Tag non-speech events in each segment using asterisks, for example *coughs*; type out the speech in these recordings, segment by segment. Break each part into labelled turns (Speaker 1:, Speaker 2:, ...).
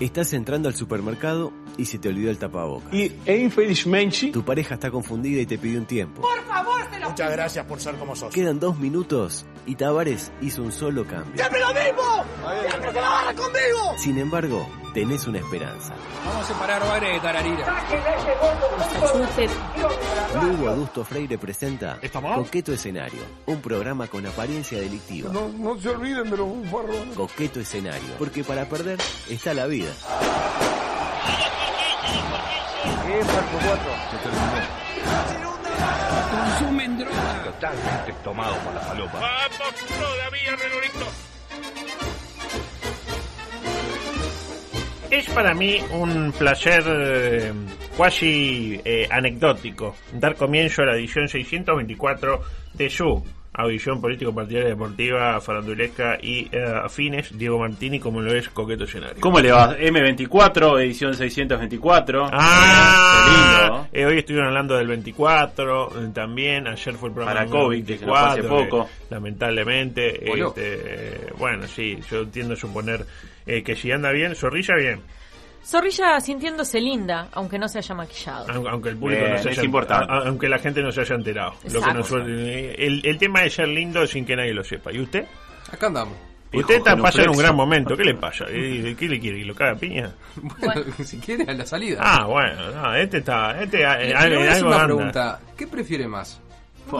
Speaker 1: Estás entrando al supermercado y se te olvidó el tapabocas.
Speaker 2: E, e infelizmente,
Speaker 1: Tu pareja está confundida y te pide un tiempo.
Speaker 3: Por favor, te lo
Speaker 4: Muchas gracias por ser como sos.
Speaker 1: Quedan dos minutos y Tavares hizo un solo cambio.
Speaker 3: ¡Siempre lo mismo! ¡Siempre se la barra conmigo!
Speaker 1: Sin embargo, tenés una esperanza.
Speaker 5: Vamos a separar hogares de tararira.
Speaker 1: Lugo Adusto Freire presenta Coqueto Escenario, un programa con apariencia delictiva.
Speaker 6: No, no se olviden de los bufarrones.
Speaker 1: Coqueto Escenario, porque para perder está la vida.
Speaker 5: Consumen droga.
Speaker 7: Es para mí un placer eh, cuasi eh, anecdótico dar comienzo a la edición 624 de su audición político partidaria deportiva farandulesca y eh, afines Diego Martini como lo es Coqueto Escenario.
Speaker 8: ¿Cómo le va? M24, edición 624.
Speaker 7: Ah,
Speaker 8: Qué lindo.
Speaker 7: eh, hoy estuvieron hablando del 24 eh, también, ayer fue el programa
Speaker 8: Para
Speaker 7: del
Speaker 8: COVID, que se nos fue hace
Speaker 7: 24,
Speaker 8: poco.
Speaker 7: eh, lamentablemente.
Speaker 8: Voló.
Speaker 7: este, eh, bueno, sí, yo tiendo a suponer eh, que si anda bien, zorrilla bien,
Speaker 9: Zorrilla sintiéndose linda, aunque no se haya maquillado.
Speaker 7: Aun- aunque el público
Speaker 8: Bien,
Speaker 7: no se
Speaker 8: es
Speaker 7: haya-
Speaker 8: importante.
Speaker 7: a- a- aunque la gente no se haya enterado. Lo que
Speaker 9: Exacto.
Speaker 7: nos suele- el, el tema es ser lindo sin que nadie lo sepa. ¿Y usted?
Speaker 10: Acá andamos.
Speaker 7: Usted está
Speaker 8: genuflexo.
Speaker 7: pasando un gran momento, ¿qué le pasa? ¿Qué qué le quiere? ¿Que lo caga a piña?
Speaker 10: Bueno, *laughs* si quiere, a la salida.
Speaker 7: Ah, bueno, no, este está, este
Speaker 10: Le-
Speaker 7: eh,
Speaker 10: le
Speaker 7: algo,
Speaker 10: voy a hacer una
Speaker 7: anda.
Speaker 10: pregunta. ¿Qué prefiere más?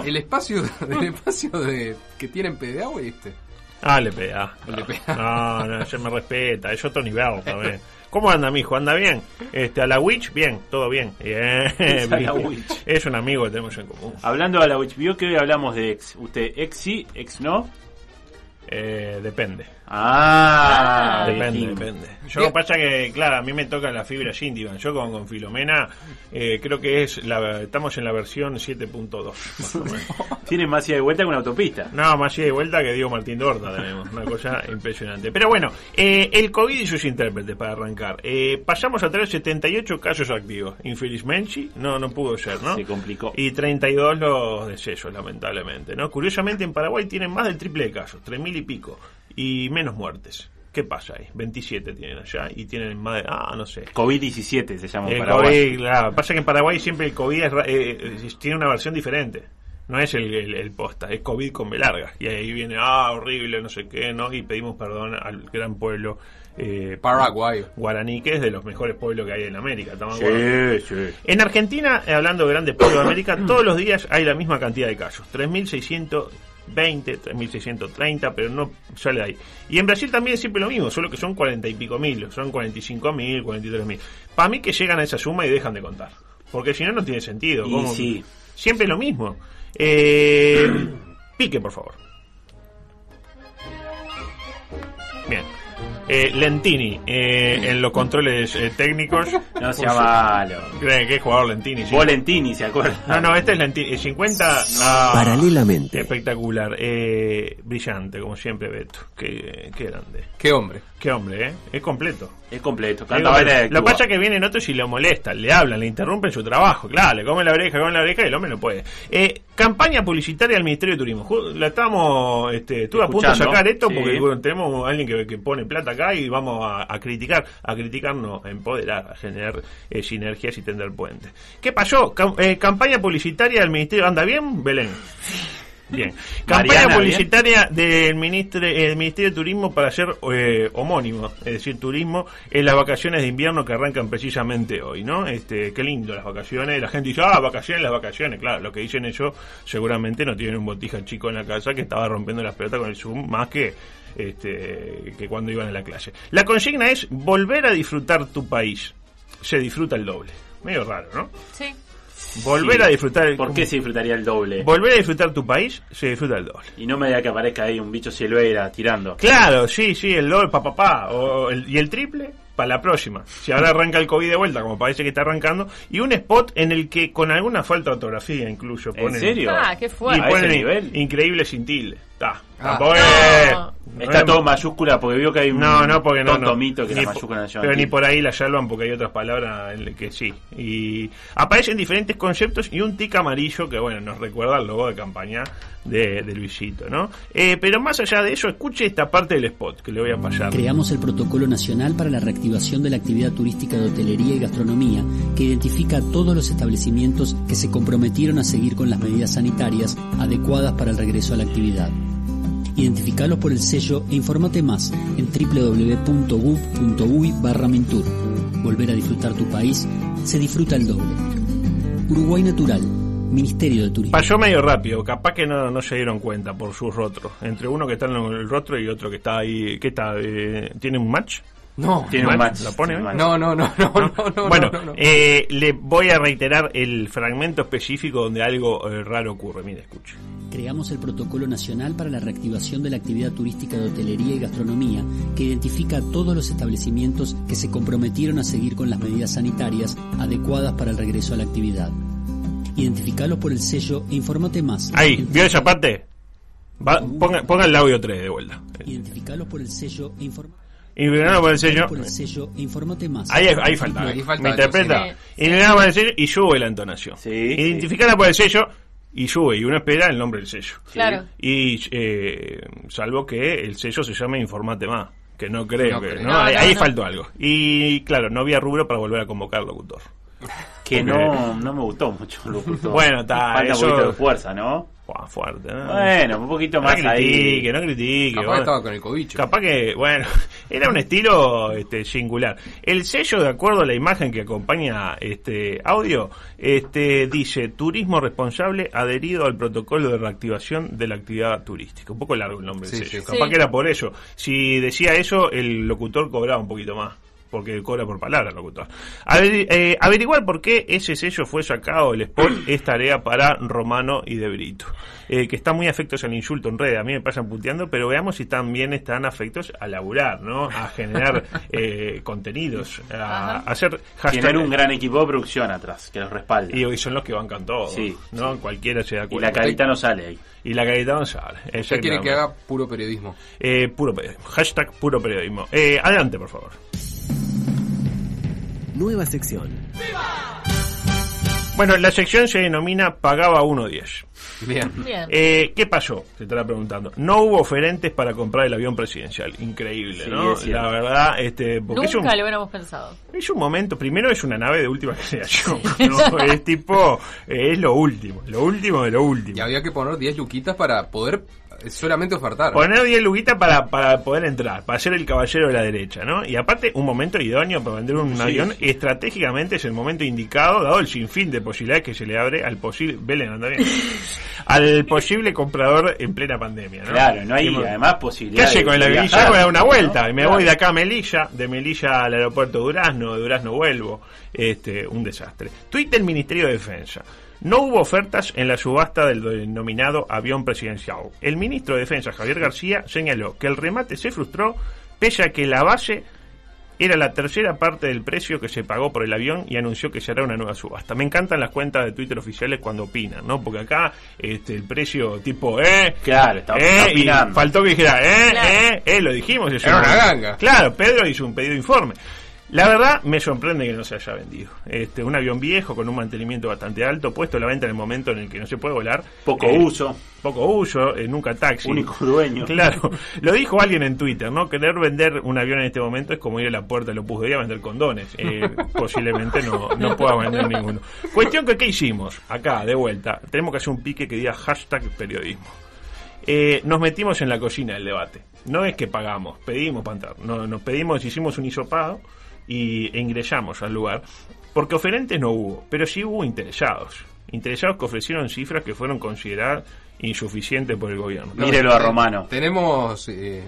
Speaker 10: ¿El espacio, del espacio de, que tienen PDA o este?
Speaker 7: Ah, le pega.
Speaker 10: Le pega.
Speaker 7: No, no, ya me respeta, es otro nivel también. ¿Cómo anda, mijo? ¿Anda bien? Este, ¿A la Witch? Bien, todo bien. Bien,
Speaker 8: Es *laughs* a la
Speaker 7: mijo.
Speaker 8: Witch.
Speaker 7: Es un amigo que tenemos en común.
Speaker 8: Hablando a la Witch, vio que hoy hablamos de ex. ¿Usted ex sí, ex no?
Speaker 7: Eh, depende.
Speaker 8: Ah,
Speaker 7: Depende,
Speaker 8: bien.
Speaker 7: depende. Yo lo que pasa que, claro, a mí me toca la fibra íntima. Yo con, con Filomena eh, creo que es la, estamos en la versión 7.2. más o menos.
Speaker 8: Tiene más ida de vuelta que una autopista.
Speaker 7: No, más ida y vuelta que Diego Martín Dorta tenemos. Una
Speaker 8: *laughs*
Speaker 7: cosa impresionante. Pero bueno, eh, el COVID y sus intérpretes para arrancar. Eh, pasamos a tener 78 casos activos. Infelizmente, no, no pudo ser, ¿no?
Speaker 8: Se complicó.
Speaker 7: Y 32 los decesos, lamentablemente, ¿no? Curiosamente, en Paraguay tienen más del triple de casos, 3.000 y pico, y menos muertes. ¿Qué pasa ahí? 27 tienen allá y tienen más de... Ah, no sé.
Speaker 8: COVID-17 se llama en
Speaker 7: El
Speaker 8: Paraguay.
Speaker 7: COVID, claro. Pasa que en Paraguay siempre el COVID es ra- eh, eh, tiene una versión diferente. No es el, el- el posta, es COVID con B larga. Y ahí viene, ah, horrible, no sé qué, ¿no? Y pedimos perdón al gran pueblo eh,
Speaker 10: Paraguay.
Speaker 7: guaraní, que es de los mejores pueblos que hay en América. ¿estamos de acuerdo?
Speaker 8: Sí, sí.
Speaker 7: En Argentina, eh, hablando de grandes pueblos de América,
Speaker 8: Mm.
Speaker 7: todos los días hay la misma cantidad de casos. 3.620, 3.630, pero no sale de ahí. Y en Brasil también siempre lo mismo, solo que son 40 y pico mil, son 45.000, 43.000. Para mí que llegan a esa suma y dejan de contar. Porque si no, no tiene sentido.
Speaker 8: Y
Speaker 7: ¿Cómo?
Speaker 8: sí.
Speaker 7: Siempre lo mismo.
Speaker 8: *clears throat*
Speaker 7: Eh, pique, por favor. Bien. Eh, Lentini, eh, en los controles eh, técnicos.
Speaker 8: No sea malo.
Speaker 7: ¿Creen que es jugador Lentini? sí?
Speaker 8: Volentini, ¿se acuerda?
Speaker 7: No, no, este es Lentini. 50. ah,
Speaker 1: Paralelamente,
Speaker 7: Espectacular. Eh, brillante, como siempre, Beto. Qué, qué grande.
Speaker 10: ¿Qué hombre?
Speaker 7: Qué hombre, ¿eh? Es completo.
Speaker 8: Es completo.
Speaker 7: Digo,
Speaker 8: Canta baila de
Speaker 7: lo que
Speaker 8: Cuba.
Speaker 7: pasa es que vienen otros y lo molestan, le hablan, le interrumpen su trabajo. Claro, le comen la oreja, comen la oreja y el hombre no puede. Eh, campaña publicitaria del Ministerio de Turismo. Ju- La estamos. Este, estuve a punto de
Speaker 8: Escuchando,
Speaker 7: sacar esto
Speaker 8: sí.
Speaker 7: porque bueno, tenemos alguien que, que pone plata acá y vamos a, a criticar. A criticarnos, a empoderar, a generar eh, sinergias y tender puentes. ¿Qué pasó? Cam- eh, campaña publicitaria del Ministerio. ¿Anda bien, Belén?
Speaker 8: *laughs*
Speaker 7: Bien. Campaña
Speaker 8: Mariana,
Speaker 7: publicitaria del ministro, el Ministerio de Turismo para ser eh, homónimo, es decir, turismo en las vacaciones de invierno que arrancan precisamente hoy, ¿no? Este, qué lindo las vacaciones. La gente dice, ah, vacaciones, las vacaciones. Claro, lo que dicen ellos seguramente no tienen un botija chico en la casa que estaba rompiendo las pelotas con el Zoom más que este, que cuando iban a la clase. La consigna es volver a disfrutar tu país. Se disfruta el doble. Medio raro, ¿no?
Speaker 9: Sí.
Speaker 7: Volver
Speaker 8: Sí.
Speaker 7: a disfrutar el
Speaker 8: ¿Por qué se disfrutaría el doble?
Speaker 7: Volver a disfrutar tu país se disfruta el doble.
Speaker 8: Y no me diga que aparezca ahí un bicho silveira tirando.
Speaker 7: Claro, sí, sí, el doble pa, pa, pa. O el- y el triple para la próxima. Si ahora arranca el COVID de vuelta, como parece que está arrancando, y un spot en el que con alguna falta de ortografía incluso
Speaker 8: ¿En
Speaker 7: ponen.
Speaker 8: serio?
Speaker 9: Ah, qué
Speaker 7: Y
Speaker 9: fuerte.
Speaker 8: A ese
Speaker 7: ponen
Speaker 8: nivel.
Speaker 7: increíble sin tilde. pues, Está.
Speaker 10: Ah.
Speaker 7: Tampoco es- no
Speaker 8: Está
Speaker 7: es-
Speaker 8: todo en mayúscula porque veo que hay un
Speaker 7: No, no, porque no.
Speaker 8: tonto
Speaker 7: no.
Speaker 8: mito que
Speaker 7: Ni
Speaker 8: las
Speaker 7: po-
Speaker 8: mayúsculas no llevan
Speaker 7: Pero ni
Speaker 8: tilde.
Speaker 7: por ahí la salvan porque hay otras palabras en las que sí. Y aparecen diferentes conceptos y un tic amarillo que, bueno, nos recuerda al logo de campaña de, de Luisito, ¿no? Eh, pero más allá de eso, escuche esta parte del spot que le voy a pasar.
Speaker 2: Creamos el Protocolo Nacional para la Reactivación de la Actividad Turística de Hotelería y Gastronomía, que identifica a todos los establecimientos que se comprometieron a seguir con las medidas sanitarias adecuadas para el regreso a la actividad. Identificalos por el sello e informate más en www.gov.uy barra Mintur. Volver a disfrutar tu país se disfruta el doble. Uruguay Natural, Ministerio de Turismo.
Speaker 7: Pasó medio rápido, capaz que no, no se dieron cuenta por sus rostros. Entre uno que está en el rostro y otro que está ahí. ¿Qué está? Eh, ¿Tiene un match?
Speaker 10: No,
Speaker 8: Tiene un
Speaker 7: Bueno,
Speaker 8: match.
Speaker 7: lo pone,
Speaker 8: tiene
Speaker 7: ¿eh?
Speaker 8: un match.
Speaker 10: no, no, no, no, no, no,
Speaker 7: bueno,
Speaker 10: no, no.
Speaker 7: eh, le voy a reiterar el fragmento específico donde algo eh, raro ocurre. Mire, escuche.
Speaker 2: Creamos el Protocolo Nacional para la Reactivación de la Actividad Turística de Hotelería y Gastronomía, que identifica a todos los establecimientos que se comprometieron a seguir con las medidas sanitarias adecuadas para el regreso a la actividad. Identificalos por el sello e informate más.
Speaker 7: Ahí, ¿vio esa parte? Va, ponga, ponga el audio 3 de vuelta.
Speaker 2: Identificalos por el sello e informa-
Speaker 7: Ignorado por el sello.
Speaker 2: por el sello e informate más.
Speaker 7: Ahí, ahí falta. eh.
Speaker 10: Ahí falta
Speaker 7: ¿Me
Speaker 10: algo,
Speaker 7: interpreta?
Speaker 9: sí.
Speaker 7: Ignorado por el sello y sube la entonación.
Speaker 8: Sí,
Speaker 7: Identificarla por el sello y sube. Y uno espera el nombre del sello.
Speaker 9: Claro.
Speaker 7: Y eh, salvo que el sello se llame Informate Más. Que no creo
Speaker 10: No
Speaker 7: que.
Speaker 10: creo.
Speaker 7: ¿no?
Speaker 9: No,
Speaker 7: ahí
Speaker 9: no,
Speaker 7: ahí
Speaker 9: no.
Speaker 7: faltó algo. Y claro, no había rubro para volver a convocar al locutor. Porque-
Speaker 8: Que no, no me gustó mucho el locutor.
Speaker 7: Bueno, está,
Speaker 8: Falta
Speaker 7: eso-
Speaker 8: un poquito de fuerza, ¿no?
Speaker 7: Buah, fuerte, ¿no?
Speaker 8: Bueno, un poquito
Speaker 7: no
Speaker 8: más ahí.
Speaker 7: critique, no critique.
Speaker 10: Capaz
Speaker 7: bueno.
Speaker 10: estaba con el cobicho.
Speaker 7: Capaz que, bueno, *laughs* era un estilo este, singular. El sello, de acuerdo a la imagen que acompaña este audio, este dice turismo responsable adherido al protocolo de reactivación de la actividad turística. Un poco largo el nombre del
Speaker 10: Sí,
Speaker 7: sello.
Speaker 10: sí.
Speaker 7: Capaz
Speaker 9: Sí.
Speaker 7: que era por eso. Si decía eso, el locutor cobraba un poquito más. Porque cobra por palabra el locutor. Averi- eh, averiguar por qué ese sello fue sacado del
Speaker 10: *clears throat*
Speaker 7: spot es tarea para Romano y De Brito. eh, que están muy afectos al insulto en redes. A mí me pasan puteando, pero veamos si también están afectos a laburar, ¿no? A
Speaker 10: *laughs*
Speaker 7: generar eh, contenidos, a,
Speaker 9: Ajá.
Speaker 7: hacer
Speaker 8: Tienen
Speaker 7: hashtag.
Speaker 8: un gran equipo de producción atrás que los respalda.
Speaker 7: Y hoy son los que bancan todo.
Speaker 8: Sí,
Speaker 7: ¿no? Cualquiera se da
Speaker 8: Y la
Speaker 7: cuenta.
Speaker 8: carita no sale ahí.
Speaker 7: Y la carita no sale.
Speaker 10: Usted quiere que
Speaker 7: Exactamente.
Speaker 10: haga puro periodismo.
Speaker 7: Eh, puro periodismo. Hashtag puro periodismo. Eh, adelante, por favor.
Speaker 1: Nueva sección.
Speaker 7: Bueno, la sección se denomina Pagaba 1.10.
Speaker 10: Bien.
Speaker 9: Bien.
Speaker 7: Eh, ¿Qué pasó? Se estará preguntando. No hubo oferentes para comprar el avión presidencial. Increíble,
Speaker 8: Sí,
Speaker 7: ¿no?
Speaker 8: es cierto.
Speaker 7: La verdad, este, porque es un,
Speaker 9: Nunca lo hubiéramos pensado.
Speaker 7: es un momento. Primero es una nave de última *laughs* generación. ¿no? es tipo, eh, es lo último, lo último de lo último.
Speaker 10: Y había que poner 10 luquitas para poder eh, solamente ofertar.
Speaker 7: Poner 10 luguitas para, para poder entrar, para ser el caballero de la derecha, ¿no? Y aparte, un momento idóneo para vender un avión, estratégicamente es el momento indicado, dado el sinfín de posibilidades que se le abre al posible, Belén anda
Speaker 8: *laughs*
Speaker 7: bien, al posible comprador en plena pandemia, ¿no?
Speaker 8: Claro, no hay
Speaker 7: Tipo,
Speaker 8: además
Speaker 7: ¿Qué
Speaker 8: posibilidad.
Speaker 7: hace
Speaker 8: de-
Speaker 7: con el
Speaker 8: de
Speaker 7: avión?
Speaker 8: viajar,
Speaker 7: Ya voy a dar una
Speaker 8: ¿no?
Speaker 7: vuelta y me
Speaker 8: Claro.
Speaker 7: voy de acá a Melilla, de Melilla al aeropuerto Durazno, de Durazno vuelvo. Este, un desastre. Tweet del Ministerio de Defensa. No hubo ofertas en la subasta del denominado avión presidencial. El ministro de Defensa, Javier García, señaló que el remate se frustró pese a que la base era la tercera parte del precio que se pagó por el avión y anunció que se hará una nueva subasta. Me encantan las cuentas de Twitter oficiales cuando opinan, ¿no? Porque acá este, el precio tipo, eh,
Speaker 8: Claro, está,
Speaker 7: eh,
Speaker 8: está
Speaker 7: y
Speaker 8: opinando.
Speaker 7: faltó que dijera, eh,
Speaker 9: Claro.
Speaker 7: eh, eh, lo dijimos. eso
Speaker 10: Era
Speaker 7: no-
Speaker 10: una ganga.
Speaker 7: Claro, Pedro hizo un pedido de informe. La verdad, me sorprende que no se haya vendido. Este, un avión viejo con un mantenimiento bastante alto, puesto a la venta en el momento en el que no se puede volar.
Speaker 8: Poco
Speaker 7: Eh, *laughs*
Speaker 8: uso,
Speaker 7: Poco uso, eh, nunca taxi.
Speaker 8: único dueño.
Speaker 7: *laughs* Claro, lo dijo alguien en Twitter, ¿no? Querer vender un avión en este momento es como ir a la puerta del Opus Dei a vender condones. Eh,
Speaker 8: *laughs*
Speaker 7: posiblemente no, no pueda vender ninguno. Cuestión que, ¿qué hicimos? Acá, de vuelta, tenemos que hacer un pique que diga hashtag periodismo. Eh, nos metimos en la cocina del debate. No es que pagamos, pedimos para entrar. No, nos pedimos, hicimos un hisopado y, e ingresamos al lugar. Porque oferentes no hubo, pero sí hubo interesados. Interesados que ofrecieron cifras que fueron consideradas insuficientes por el gobierno.
Speaker 10: No,
Speaker 8: Mírelo a
Speaker 10: te-
Speaker 8: Romano.
Speaker 10: Tenemos. eh,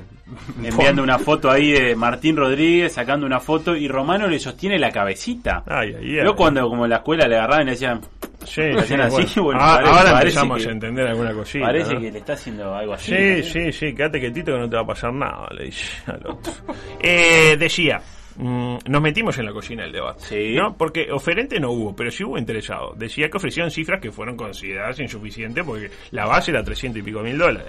Speaker 8: Enviando una foto ahí de Martín Rodríguez, sacando una foto y Romano le sostiene la cabecita.
Speaker 7: Ay, ay, ay.
Speaker 8: Yo cuando como en la escuela le agarraban y le decían,
Speaker 7: Sí,
Speaker 8: Lo hacían así, bueno,
Speaker 7: Ah,
Speaker 8: parece-
Speaker 7: ahora
Speaker 8: parece
Speaker 7: empezamos
Speaker 8: que-
Speaker 7: a entender alguna cosita.
Speaker 8: parece
Speaker 7: ¿no?
Speaker 8: que le está haciendo algo así.
Speaker 7: Sí,
Speaker 8: ¿no?
Speaker 7: sí, sí, quédate quietito que no te va a pasar nada, le dice al otro. Eh, decía, mm, nos metimos en la cocina del debate.
Speaker 8: Sí.
Speaker 7: ¿no? Porque oferente no hubo, pero sí hubo interesado. Decía que ofrecieron cifras que fueron consideradas insuficientes porque la base era 300 y pico mil dólares.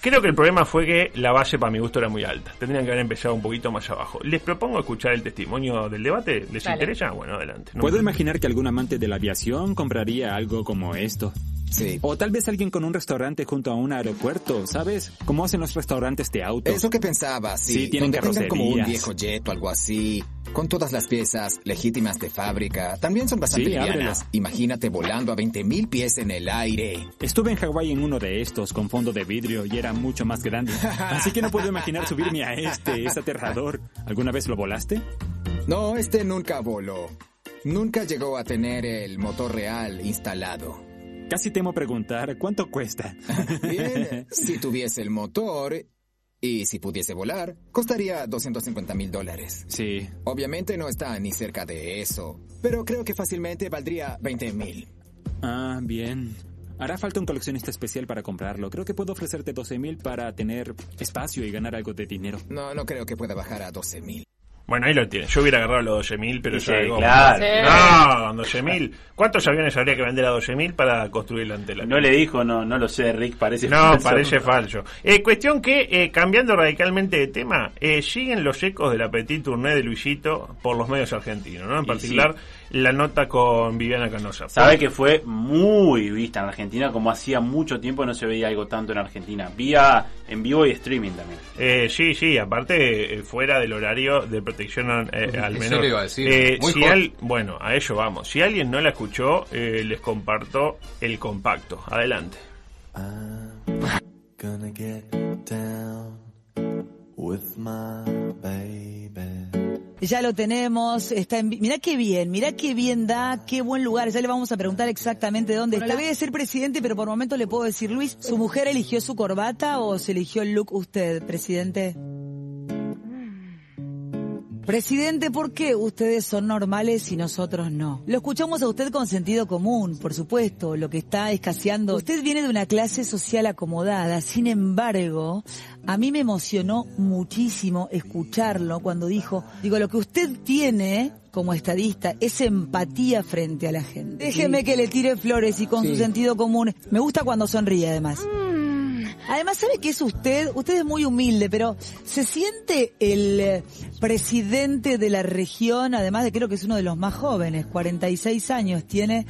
Speaker 7: Creo que el problema fue que la base para mi gusto era muy alta. Tendrían que haber empezado un poquito más abajo. Les propongo escuchar el testimonio del debate. ¿Les
Speaker 9: Dale.
Speaker 7: interesa? Bueno, adelante. No
Speaker 4: Puedo
Speaker 7: me-
Speaker 4: imaginar que algún amante de la aviación compraría algo como esto.
Speaker 11: Sí.
Speaker 4: O tal vez alguien con un restaurante junto a un aeropuerto, ¿sabes? Como hacen los restaurantes de auto.
Speaker 11: Eso que pensaba, sí.
Speaker 4: Sí, tienen
Speaker 11: Eh, Donde tengan como un
Speaker 4: carrocerías.
Speaker 11: viejo jet o algo así, con todas las piezas legítimas de fábrica. También son bastante
Speaker 4: Sí,
Speaker 11: livianas.
Speaker 4: ábrelas.
Speaker 11: Imagínate volando a 20.000 pies en el aire.
Speaker 4: Estuve en Hawái en uno de estos con fondo de vidrio y era mucho más
Speaker 11: *laughs*
Speaker 4: grande. Así que no puedo imaginar subirme a este, es aterrador. ¿Alguna vez lo volaste?
Speaker 11: No, este nunca voló. Nunca llegó a tener el motor real instalado.
Speaker 4: Casi temo preguntar cuánto cuesta.
Speaker 11: Bien, si tuviese el motor y si pudiese volar, costaría 250 mil dólares.
Speaker 4: Sí.
Speaker 11: Obviamente no está ni cerca de eso, pero creo que fácilmente valdría 20 mil.
Speaker 4: Ah, bien. Hará falta un coleccionista especial para comprarlo. Creo que puedo ofrecerte 12 mil para tener espacio y ganar algo de dinero.
Speaker 11: No, no creo que pueda bajar a 12 mil.
Speaker 7: Bueno, ahí lo tienen. Yo hubiera agarrado los 12.000, pero
Speaker 8: Sí,
Speaker 7: ya digo,
Speaker 8: claro.
Speaker 7: No, 12.000. ¿Cuántos aviones habría que vender a 12.000 para construir la antela?
Speaker 8: No le dijo, no, no lo sé, Rick, parece
Speaker 7: No, parece falso. Eh, cuestión que, eh, cambiando radicalmente de tema, eh, siguen los ecos del Petit Tourné de Luisito por los medios argentinos, ¿no? En
Speaker 8: Y
Speaker 7: particular, la nota con Viviana Canosa.
Speaker 8: Sabe que fue muy vista en Argentina, como hacía mucho tiempo no se veía algo tanto en Argentina. Vía en vivo y streaming también.
Speaker 7: Eh, sí, sí, aparte eh, fuera del horario de protección eh, al
Speaker 10: Eso
Speaker 7: menor.
Speaker 10: le iba a decir.
Speaker 7: Eh,
Speaker 10: Muy
Speaker 7: si
Speaker 10: hot.
Speaker 7: al- bueno, a ello vamos. Si alguien no la escuchó, eh, les comparto el compacto. Adelante.
Speaker 12: Gonna get down with my baby.
Speaker 13: Ya lo tenemos, está en, vi- mirá qué bien, mirá qué bien da, qué buen lugar, ya le vamos a preguntar exactamente dónde está. Debe de ser presidente, pero por momento le puedo decir, Luis, ¿su mujer eligió su corbata o se eligió el look usted, presidente? Presidente, ¿por qué ustedes son normales y nosotros no? Lo escuchamos a usted con sentido común, por supuesto, lo que está escaseando. Usted viene de una clase social acomodada, sin embargo, a mí me emocionó muchísimo escucharlo cuando dijo, digo, lo que usted tiene como estadista es empatía frente a la gente. Déjeme que le tire flores y con su sentido común. Me gusta cuando sonríe además. Además, ¿sabe qué es usted? Usted es muy humilde, pero ¿se siente el eh, presidente de la región? Además de creo que es uno de los más jóvenes, 46 años tiene,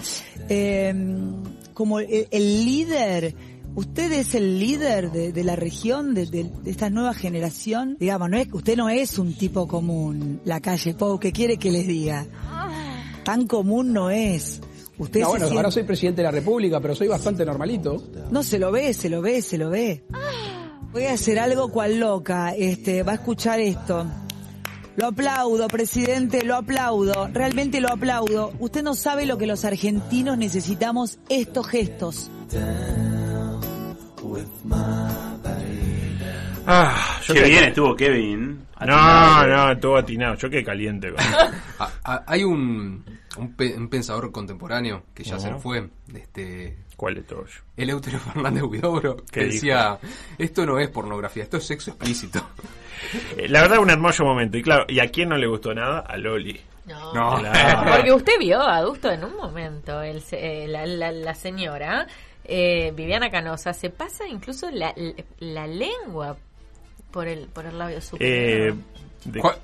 Speaker 13: eh, como el, el líder. Usted es el líder de, de la región, de, de- de esta nueva generación. Digamos, no es, usted no es un tipo común, la calle Pau, ¿qué quiere que les diga? Tan común no es. Usted
Speaker 14: No,
Speaker 13: se
Speaker 14: bueno, ahora
Speaker 13: siente-
Speaker 14: soy presidente de la República, pero soy bastante normalito.
Speaker 13: no, se lo ve, se lo ve, se lo ve. Voy a hacer algo cual loca. Este, va a escuchar esto. Lo aplaudo, presidente, lo aplaudo. Realmente lo aplaudo. Usted no sabe lo que los argentinos necesitamos estos gestos.
Speaker 7: Ah,
Speaker 8: Qué bien estuvo Kevin.
Speaker 7: No, no, estuvo atinado. Yo quedé caliente. con- *laughs*
Speaker 10: A- a- Ah, hay un, un, pe- un pensador contemporáneo que ya se
Speaker 7: Ajá.
Speaker 10: nos fue, este,
Speaker 7: ¿Cuál de todos?
Speaker 10: Eleuterio *laughs* Fernández Huidobro,
Speaker 7: ¿Qué
Speaker 10: que
Speaker 7: dijo?
Speaker 10: decía, esto no es pornografía, esto es sexo explícito.
Speaker 7: Eh, La verdad, un hermoso momento. Y claro, ¿y a quién no le gustó nada? A Loli.
Speaker 9: No.
Speaker 7: Claro. *laughs*
Speaker 9: Porque usted vio adusto en un momento, el se- eh, la, la- la señora eh, Viviana Canosa se pasa incluso la, la, la lengua por el por el labio superior.
Speaker 7: Eh, de-
Speaker 10: *laughs*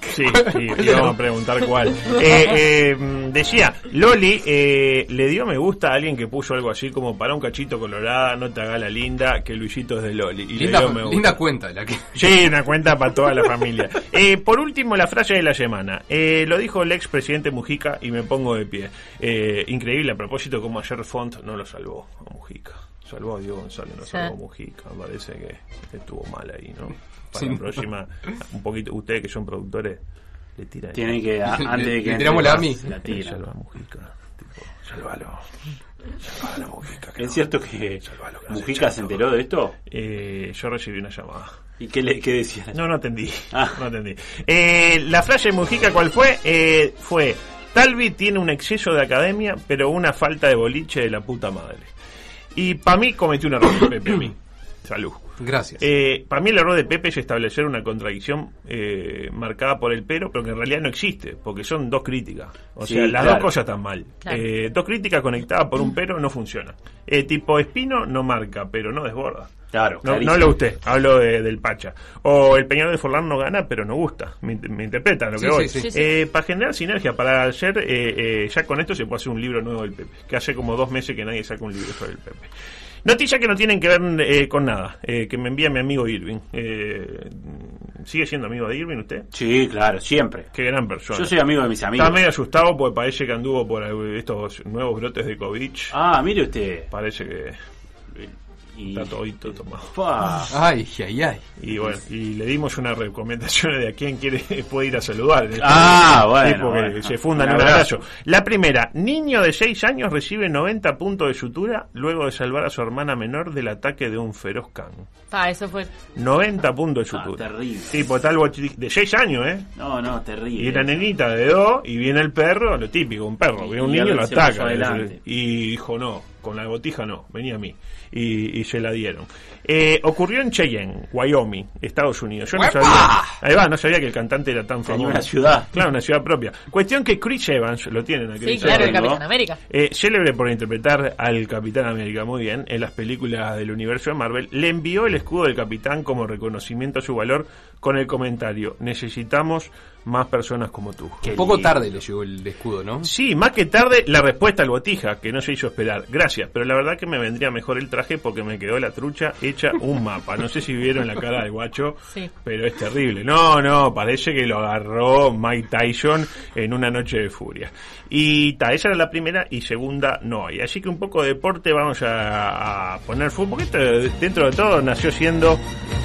Speaker 7: Sí, sí, le vamos a preguntar cuál. Eh, eh, mm, decía, Loli eh, le dio me gusta a alguien que puso algo así como para un cachito colorada, no te haga la linda, que Luisito es de Loli. Y
Speaker 10: linda,
Speaker 7: le dio me gusta.
Speaker 10: linda cuenta la que...
Speaker 7: Sí, una cuenta para toda la familia. Eh, por último, la frase de la semana. Eh, lo dijo el expresidente Mujica y me pongo de pie. Eh, increíble a propósito como ayer Font no lo salvó a Mujica. Salvó a Diego González, no
Speaker 10: Sí.
Speaker 7: salvó a Mujica. Parece que estuvo mal ahí, ¿no? Para
Speaker 10: Sí,
Speaker 7: la
Speaker 10: no.
Speaker 7: próxima, un poquito, ustedes que son productores, le tiran.
Speaker 8: Tienen que, *laughs* a- antes de que entre más, la tira.
Speaker 7: Salva a Mujica. Tipo, salvalo.
Speaker 8: ¿Es cierto que Mujica se enteró de esto?
Speaker 7: Eh, yo recibí una llamada.
Speaker 8: ¿Y qué, le, qué decía?
Speaker 7: No, no atendí.
Speaker 8: Ah.
Speaker 7: No atendí. Eh, la frase de Mujica, ¿cuál fue? Eh, fue, Talvi tiene un exceso de academia,
Speaker 8: *coughs*
Speaker 7: pero una falta de boliche de la puta madre. Y para mí cometió un error, Pepe, a mí. Salud.
Speaker 10: Gracias.
Speaker 7: Eh, para mí el error de Pepe es establecer una contradicción eh, marcada por el pero, pero que en realidad no existe, porque son dos críticas. O
Speaker 8: Sí,
Speaker 7: sea, las
Speaker 8: claro.
Speaker 7: dos cosas están mal.
Speaker 8: Claro.
Speaker 7: Eh, dos críticas conectadas por un pero no funcionan. Eh, tipo Espino no marca, pero no desborda.
Speaker 8: Claro,
Speaker 7: No,
Speaker 8: clarísimo.
Speaker 7: no lo usted, hablo de- del Pacha. O el Peñarol de Forlán no gana, pero no gusta. Me, int- me interpreta lo que
Speaker 8: Sí,
Speaker 7: voy.
Speaker 8: sí, sí. Sí, sí.
Speaker 7: Eh, para generar sinergia, para hacer, eh, eh, ya con esto se puede hacer un libro nuevo del Pepe, que hace como dos meses que nadie saca un libro sobre el Pepe. Noticias que no tienen que ver eh, con nada, eh, que me envía mi amigo Irving. Eh, ¿Sigue siendo amigo de Irving usted?
Speaker 8: Sí, claro, siempre.
Speaker 7: Qué gran persona.
Speaker 8: Yo soy amigo de mis amigos.
Speaker 7: Está medio asustado porque parece que anduvo por eh, estos nuevos brotes de COVID.
Speaker 8: Ah, mire usted.
Speaker 7: Parece que está todito tomado.
Speaker 8: Pa.
Speaker 10: Ay, ay, ay.
Speaker 7: Y bueno, y le dimos unas recomendaciones de a quién quiere, *laughs* puede ir a saludar.
Speaker 8: Ah, bueno,
Speaker 7: Tipo que
Speaker 8: bueno.
Speaker 7: se fundan
Speaker 8: Un
Speaker 7: en un
Speaker 8: abrazo.
Speaker 7: abrazo. La primera, niño de 6 años recibe 90 puntos de sutura luego de salvar a su hermana menor del ataque de un feroz can.
Speaker 9: Ah, eso fue
Speaker 7: 90 puntos de sutura.
Speaker 8: Ah, terrible.
Speaker 7: Tipo tal bochi- de 6 años, ¿eh?
Speaker 8: No, no, terrible.
Speaker 7: Y era nenita de dos, y viene el perro, lo típico, un perro, viene un
Speaker 8: Y
Speaker 7: niño
Speaker 8: él
Speaker 7: lo
Speaker 8: se puso
Speaker 7: ataca.
Speaker 8: adelante.
Speaker 7: Y dijo, no, con la botija no, venía a mí. Y, y se la dieron. Eh, ocurrió en Cheyenne, Wyoming, Estados Unidos. Yo no sabía, ahí va, no sabía que el cantante era tan famoso.
Speaker 8: una ciudad.
Speaker 7: Claro, una ciudad propia. Cuestión que Chris Evans, lo tienen aquí.
Speaker 9: Sí, claro, el Capitán América.
Speaker 7: Eh, célebre por interpretar al Capitán América muy bien en las películas del universo de Marvel, le envió el escudo del Capitán como reconocimiento a su valor con el comentario: Necesitamos más personas como tú.
Speaker 10: Un poco tarde le llegó el escudo, ¿no?
Speaker 7: Sí, más que tarde la respuesta al botija, que no se hizo esperar. Gracias, pero la verdad que me vendría mejor el traje porque me quedó la trucha hecha un mapa. No sé si vieron la cara del guacho,
Speaker 9: Sí.
Speaker 7: pero es terrible. No, no, parece que lo agarró Mike Tyson en una noche de furia. Y ta, esa era la primera y segunda no hay. Así que un poco de deporte vamos a, a poner fútbol, porque esto, dentro de todo nació siendo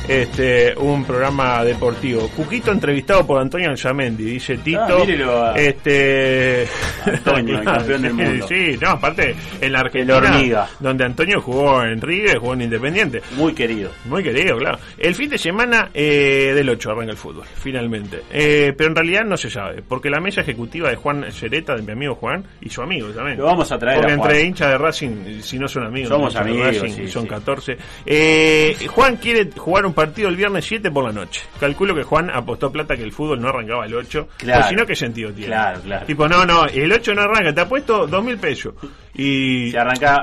Speaker 7: este un programa deportivo. Cuquito entrevistado por Antonio Alzamendi, dice Tito.
Speaker 8: Ah, mírelo a-
Speaker 7: Este *laughs*
Speaker 8: Antonio, el campeón del mundo.
Speaker 7: Sí, no, aparte en la
Speaker 8: El
Speaker 7: Argentina
Speaker 8: hormiga.
Speaker 7: donde Antonio jugó en River, jugó en Independiente.
Speaker 8: Muy querido.
Speaker 7: Muy querido, claro. El fin de semana eh, del 8 arranca el fútbol, finalmente. Eh, pero en realidad no se sabe, porque la mesa ejecutiva de Juan Cereta, de mi amigo Juan, y su amigo también.
Speaker 8: Lo vamos a traer
Speaker 7: Porque
Speaker 8: a Juan.
Speaker 7: entre hinchas de Racing, si no son amigos,
Speaker 8: Somos
Speaker 7: hinchas de
Speaker 8: amigos,
Speaker 7: Racing,
Speaker 8: sí,
Speaker 7: son
Speaker 8: sí.
Speaker 7: 14. Eh, Juan quiere jugar un partido el viernes 7 por la noche. Calculo que Juan apostó plata que el fútbol no arrancaba el 8.
Speaker 8: Claro.
Speaker 7: Pues si no, ¿qué sentido tiene?
Speaker 8: Claro, claro.
Speaker 7: Tipo, no, no, el 8 no arranca, te ha puesto 2.000 pesos. Y,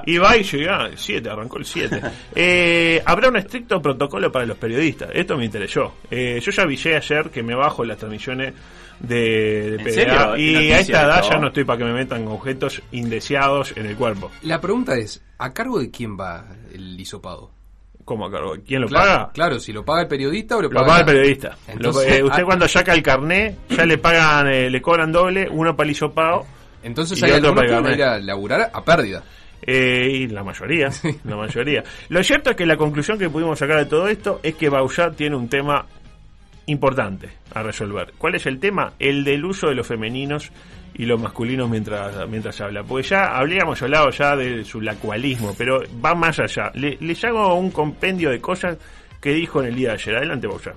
Speaker 7: y va y llega, 7, arrancó el
Speaker 10: *laughs*
Speaker 7: 7. Eh, habrá un estricto protocolo para los periodistas. Esto me interesó. Eh, yo ya avisé ayer que me bajo las transmisiones de, de
Speaker 8: ¿En
Speaker 7: PDA, y
Speaker 8: serio? ¿Qué
Speaker 7: a
Speaker 8: noticias
Speaker 7: esta edad
Speaker 8: esto?
Speaker 7: ya no estoy para que me metan objetos indeseados en el cuerpo.
Speaker 10: La pregunta es, ¿a cargo de quién va el hisopado?
Speaker 7: ¿Cómo a cargo? ¿Quién lo
Speaker 10: Claro,
Speaker 7: paga?
Speaker 10: Claro, si lo paga el periodista o lo,
Speaker 7: Lo paga el
Speaker 10: la-
Speaker 7: periodista.
Speaker 10: Entonces,
Speaker 7: Lo- eh, usted
Speaker 10: ah,
Speaker 7: cuando saca el carné, ya le pagan, eh, le cobran doble, uno para el hisopado.
Speaker 10: Entonces
Speaker 7: y
Speaker 10: hay
Speaker 7: otro
Speaker 10: algunos
Speaker 7: para el
Speaker 10: que van a
Speaker 7: carné.
Speaker 10: ir a laburar a pérdida.
Speaker 7: Eh, y la mayoría, la mayoría. Lo cierto es que la conclusión que pudimos sacar de todo esto es que Bausá tiene un tema importante a resolver. ¿Cuál es el tema? El del uso de los femeninos y los masculinos mientras, mientras habla. Porque ya habríamos hablado ya de su lacualismo, pero va más allá. Le- les hago un compendio de cosas que dijo en el día de ayer. Adelante, Bausá.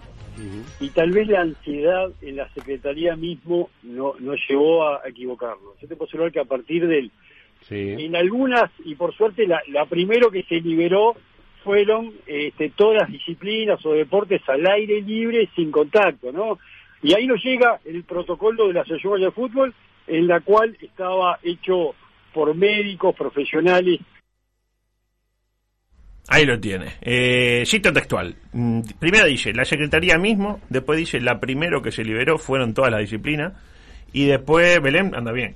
Speaker 15: y tal vez la ansiedad en la Secretaría mismo no- nos llevó a equivocarnos. Yo te puedo asegurar que a partir del... En algunas, y por suerte, la, la primero que se liberó fueron este, todas las disciplinas o deportes al aire libre sin contacto, ¿no? Y ahí nos llega el protocolo de la Asociación Uruguaya de Fútbol, en la cual estaba hecho por médicos, profesionales
Speaker 7: Ahí lo tiene. Eh, cita textual. Mm, Primero dice, la Secretaría mismo, después dice, la primero que se liberó fueron todas las disciplinas, y después Belén anda bien.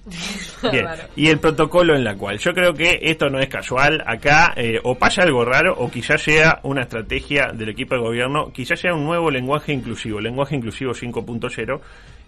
Speaker 7: Bien. Y el protocolo en la cual. Yo creo que esto no es casual. Acá eh, o pasa algo raro o quizás sea una estrategia del equipo de gobierno, quizás sea un nuevo lenguaje inclusivo, lenguaje inclusivo 5.0,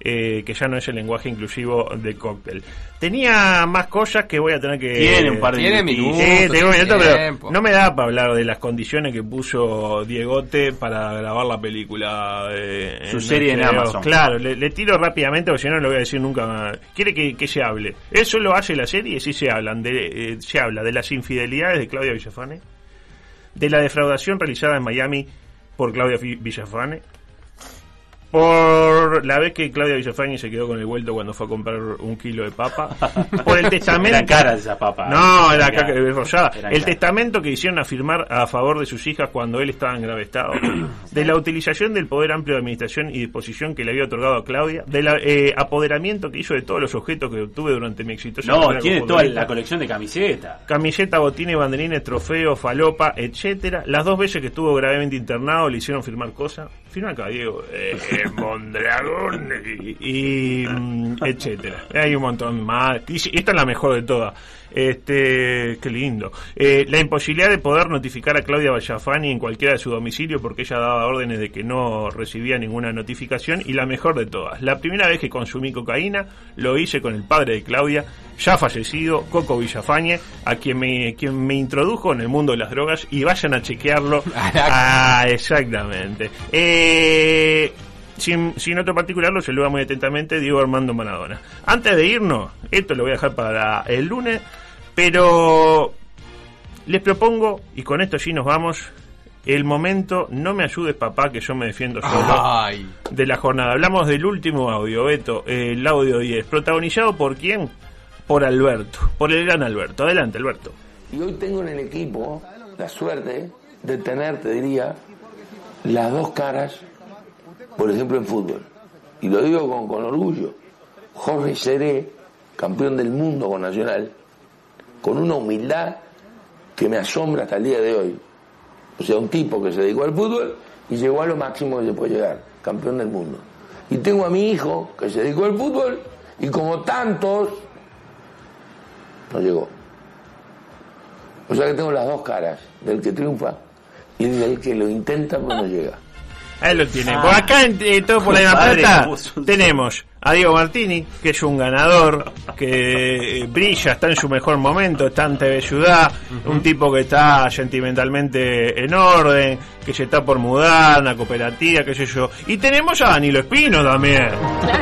Speaker 7: eh, que ya no es el lenguaje inclusivo de cóctel. Tenía más cosas que voy a tener que...
Speaker 8: Tiene un par de Tiene
Speaker 7: minutos.
Speaker 8: minutos,
Speaker 7: Sí, tengo
Speaker 8: tiene
Speaker 7: minutos, pero
Speaker 8: tiempo.
Speaker 7: no me da para hablar de las condiciones que puso Diegote para grabar la película. de-
Speaker 8: Su serie en
Speaker 7: creo.
Speaker 8: Amazon.
Speaker 7: Claro, le, le tiro rápidamente porque si no no lo voy a decir nunca más. Quiere que, que se hable. Eso lo hace la serie, sí se hablan. De, eh, se habla de las infidelidades de Claudia Villafane, de la defraudación realizada en Miami por Claudia Fi- Villafane, por la vez que Claudia Villafañe se quedó con el vuelto cuando fue a comprar un kilo de papa,
Speaker 8: *laughs*
Speaker 7: por el testamento...
Speaker 8: Eran caras esas papas.
Speaker 7: No, era
Speaker 8: Eran
Speaker 7: caca
Speaker 8: caras.
Speaker 7: rollada.
Speaker 8: Eran
Speaker 7: El
Speaker 8: caras.
Speaker 7: testamento que hicieron a firmar a favor de sus hijas cuando él estaba en grave
Speaker 8: *coughs*
Speaker 7: estado, de la utilización del poder amplio de administración y disposición que le había otorgado a Claudia, del eh, apoderamiento que hizo de todos los objetos que obtuve durante mi exitosa
Speaker 8: No,
Speaker 7: carrera
Speaker 8: tiene
Speaker 7: como
Speaker 8: toda
Speaker 7: futbolista
Speaker 8: la colección de camisetas.
Speaker 7: camiseta, botines, banderines, trofeos, falopa, etcétera. Las dos veces que estuvo gravemente internado le hicieron firmar cosas. Firma acá, Diego. Eh, eh, Mondragón y, y, mm, etcétera. Hay un montón más. Y sí, esta es la mejor de todas. Este, qué lindo. Eh, la imposibilidad de poder notificar a Claudia Vallafani en cualquiera de su domicilio porque ella daba órdenes de que no recibía ninguna notificación y la mejor de todas. La primera vez que consumí cocaína lo hice con el padre de Claudia, ya fallecido, Coco Villafañe, a quien me, quien me introdujo en el mundo de las drogas y vayan a chequearlo. ah, exactamente. Eh, sin, sin otro particular, lo saluda muy atentamente Diego Armando Maradona. Antes de irnos, esto lo voy a dejar para el lunes, pero les propongo, y con esto sí nos vamos, el momento No me ayudes papá, que yo me defiendo solo,
Speaker 10: Ah.
Speaker 7: de la jornada. Hablamos del último audio, Beto, eh, el audio 10, protagonizado por quién? Por Alberto, por el gran Alberto. Adelante, Alberto.
Speaker 16: Y hoy tengo en el equipo la suerte de tener, te diría, las dos caras, por ejemplo en fútbol. Y lo digo con, con orgullo. Jorge Seré, campeón del mundo con Nacional, con una humildad que me asombra hasta el día de hoy. O sea, un tipo que se dedicó al fútbol y llegó a lo máximo que se puede llegar, campeón del mundo. Y tengo a mi hijo que se dedicó al fútbol y como tantos, no llegó. O sea que tengo las dos caras, del que triunfa y del que lo intenta pero no llega.
Speaker 7: Ahí lo tiene. Por acá, en, eh, todo por la misma
Speaker 16: Padre,
Speaker 7: plata,
Speaker 16: puso
Speaker 7: tenemos a Diego Martini, que es un ganador, que eh, brilla, está en su mejor momento, está en TV Ciudad, un tipo que está sentimentalmente en orden, que se está por mudar, una cooperativa, qué sé yo. Y tenemos a Danilo Espino también.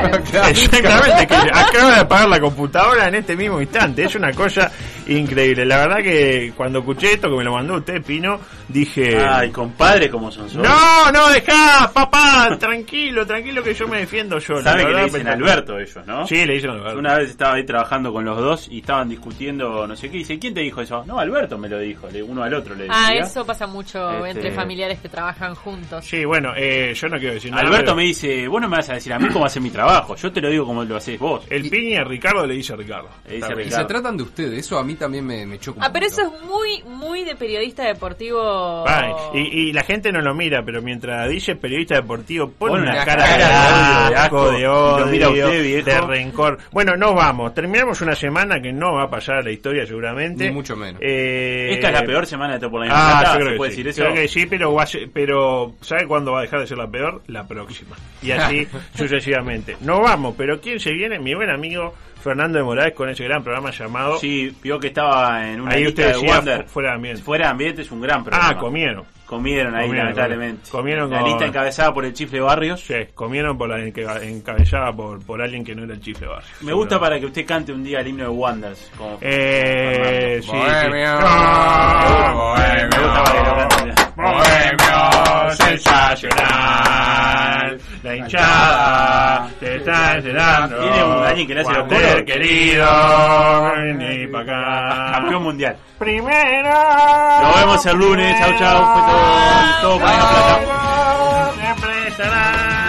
Speaker 7: *laughs* Exactamente, que acaba de apagar la computadora en este mismo instante. Es una cosa increíble. La verdad que cuando escuché esto, que me lo mandó usted, Pino, dije...
Speaker 8: Ay, compadre, como son solos.
Speaker 7: Eh. No, no, dejá, papá, tranquilo, tranquilo que yo me defiendo yo.
Speaker 8: Sabe
Speaker 7: la
Speaker 8: que le
Speaker 7: verdad,
Speaker 8: dicen
Speaker 7: pero-
Speaker 8: Alberto ellos, ¿no?
Speaker 7: Sí, le dicen Alberto.
Speaker 8: Una vez estaba ahí trabajando con los dos y estaban discutiendo no sé qué. Y dice, ¿quién te dijo eso? No, Alberto me lo dijo. le- Uno al otro le decía.
Speaker 9: *laughs* Ah, eso pasa mucho
Speaker 8: Este-
Speaker 9: entre familiares que trabajan juntos.
Speaker 7: Sí, bueno, eh, yo no quiero decir nada.
Speaker 8: Alberto
Speaker 7: pero
Speaker 8: me dice, vos no me vas a decir a mí cómo hacer mi trabajo. Yo te lo digo como lo haces vos.
Speaker 7: El piña Ricardo le dice a Ricardo.
Speaker 8: Le dice a
Speaker 10: Y
Speaker 8: Ricardo.
Speaker 10: se tratan de ustedes, eso a mí también me, me choca. un
Speaker 9: Ah, pero eso es muy, muy de periodista deportivo.
Speaker 7: Ay, y, y la gente no lo mira, pero mientras dice periodista deportivo, pone
Speaker 8: Pone
Speaker 7: una,
Speaker 8: una
Speaker 7: cara,
Speaker 8: cara
Speaker 7: de asco,
Speaker 8: de asco,
Speaker 7: de
Speaker 8: y
Speaker 7: odio,
Speaker 8: lo mira usted, viejo.
Speaker 7: de rencor. Bueno, nos vamos. Terminamos una semana que no va a pasar a la historia seguramente.
Speaker 8: Ni mucho menos.
Speaker 7: Eh,
Speaker 8: Esta es la peor semana de todo por la misma
Speaker 7: Ah,
Speaker 8: plata,
Speaker 7: yo creo
Speaker 8: ¿se
Speaker 7: que
Speaker 8: puede
Speaker 7: sí.
Speaker 8: decir eso?
Speaker 7: Creo que sí, pero, va a ser- pero ¿sabe cuándo va a dejar de ser la peor? La próxima. Y
Speaker 8: *laughs*
Speaker 7: así sucesivamente. No vamos, pero ¿quién se viene? Mi buen amigo Fernando de Morales con ese gran programa llamado...
Speaker 8: Sí, vio que estaba en una
Speaker 7: Ahí
Speaker 8: lista
Speaker 7: usted
Speaker 8: de
Speaker 7: decía,
Speaker 8: Wander.
Speaker 7: fu- fuera de ambiente.
Speaker 8: Fuera de ambiente es un gran programa.
Speaker 7: Ah, comieron.
Speaker 8: Comieron ahí,
Speaker 7: Comieron,
Speaker 8: lamentablemente.
Speaker 7: comieron. Comieron
Speaker 8: La
Speaker 7: con-
Speaker 8: lista encabezada por el Chifle Barrios.
Speaker 7: Sí, comieron por la enca- encabezada por, por alguien que no era el chifle barrio.
Speaker 8: Me gusta para que usted cante un día el himno de Wonders. Como
Speaker 7: Eh, sí, sí. sensacional. La hinchada te está encenando.
Speaker 8: Tiene un alguien que le hace los
Speaker 7: Wander
Speaker 8: coros.
Speaker 7: querido, vení pa' acá.
Speaker 8: Campeón mundial.
Speaker 7: Primero.
Speaker 8: Nos vemos el lunes. Chau, chau. Fue todo, todo por la misma plata.
Speaker 7: Siempre estará.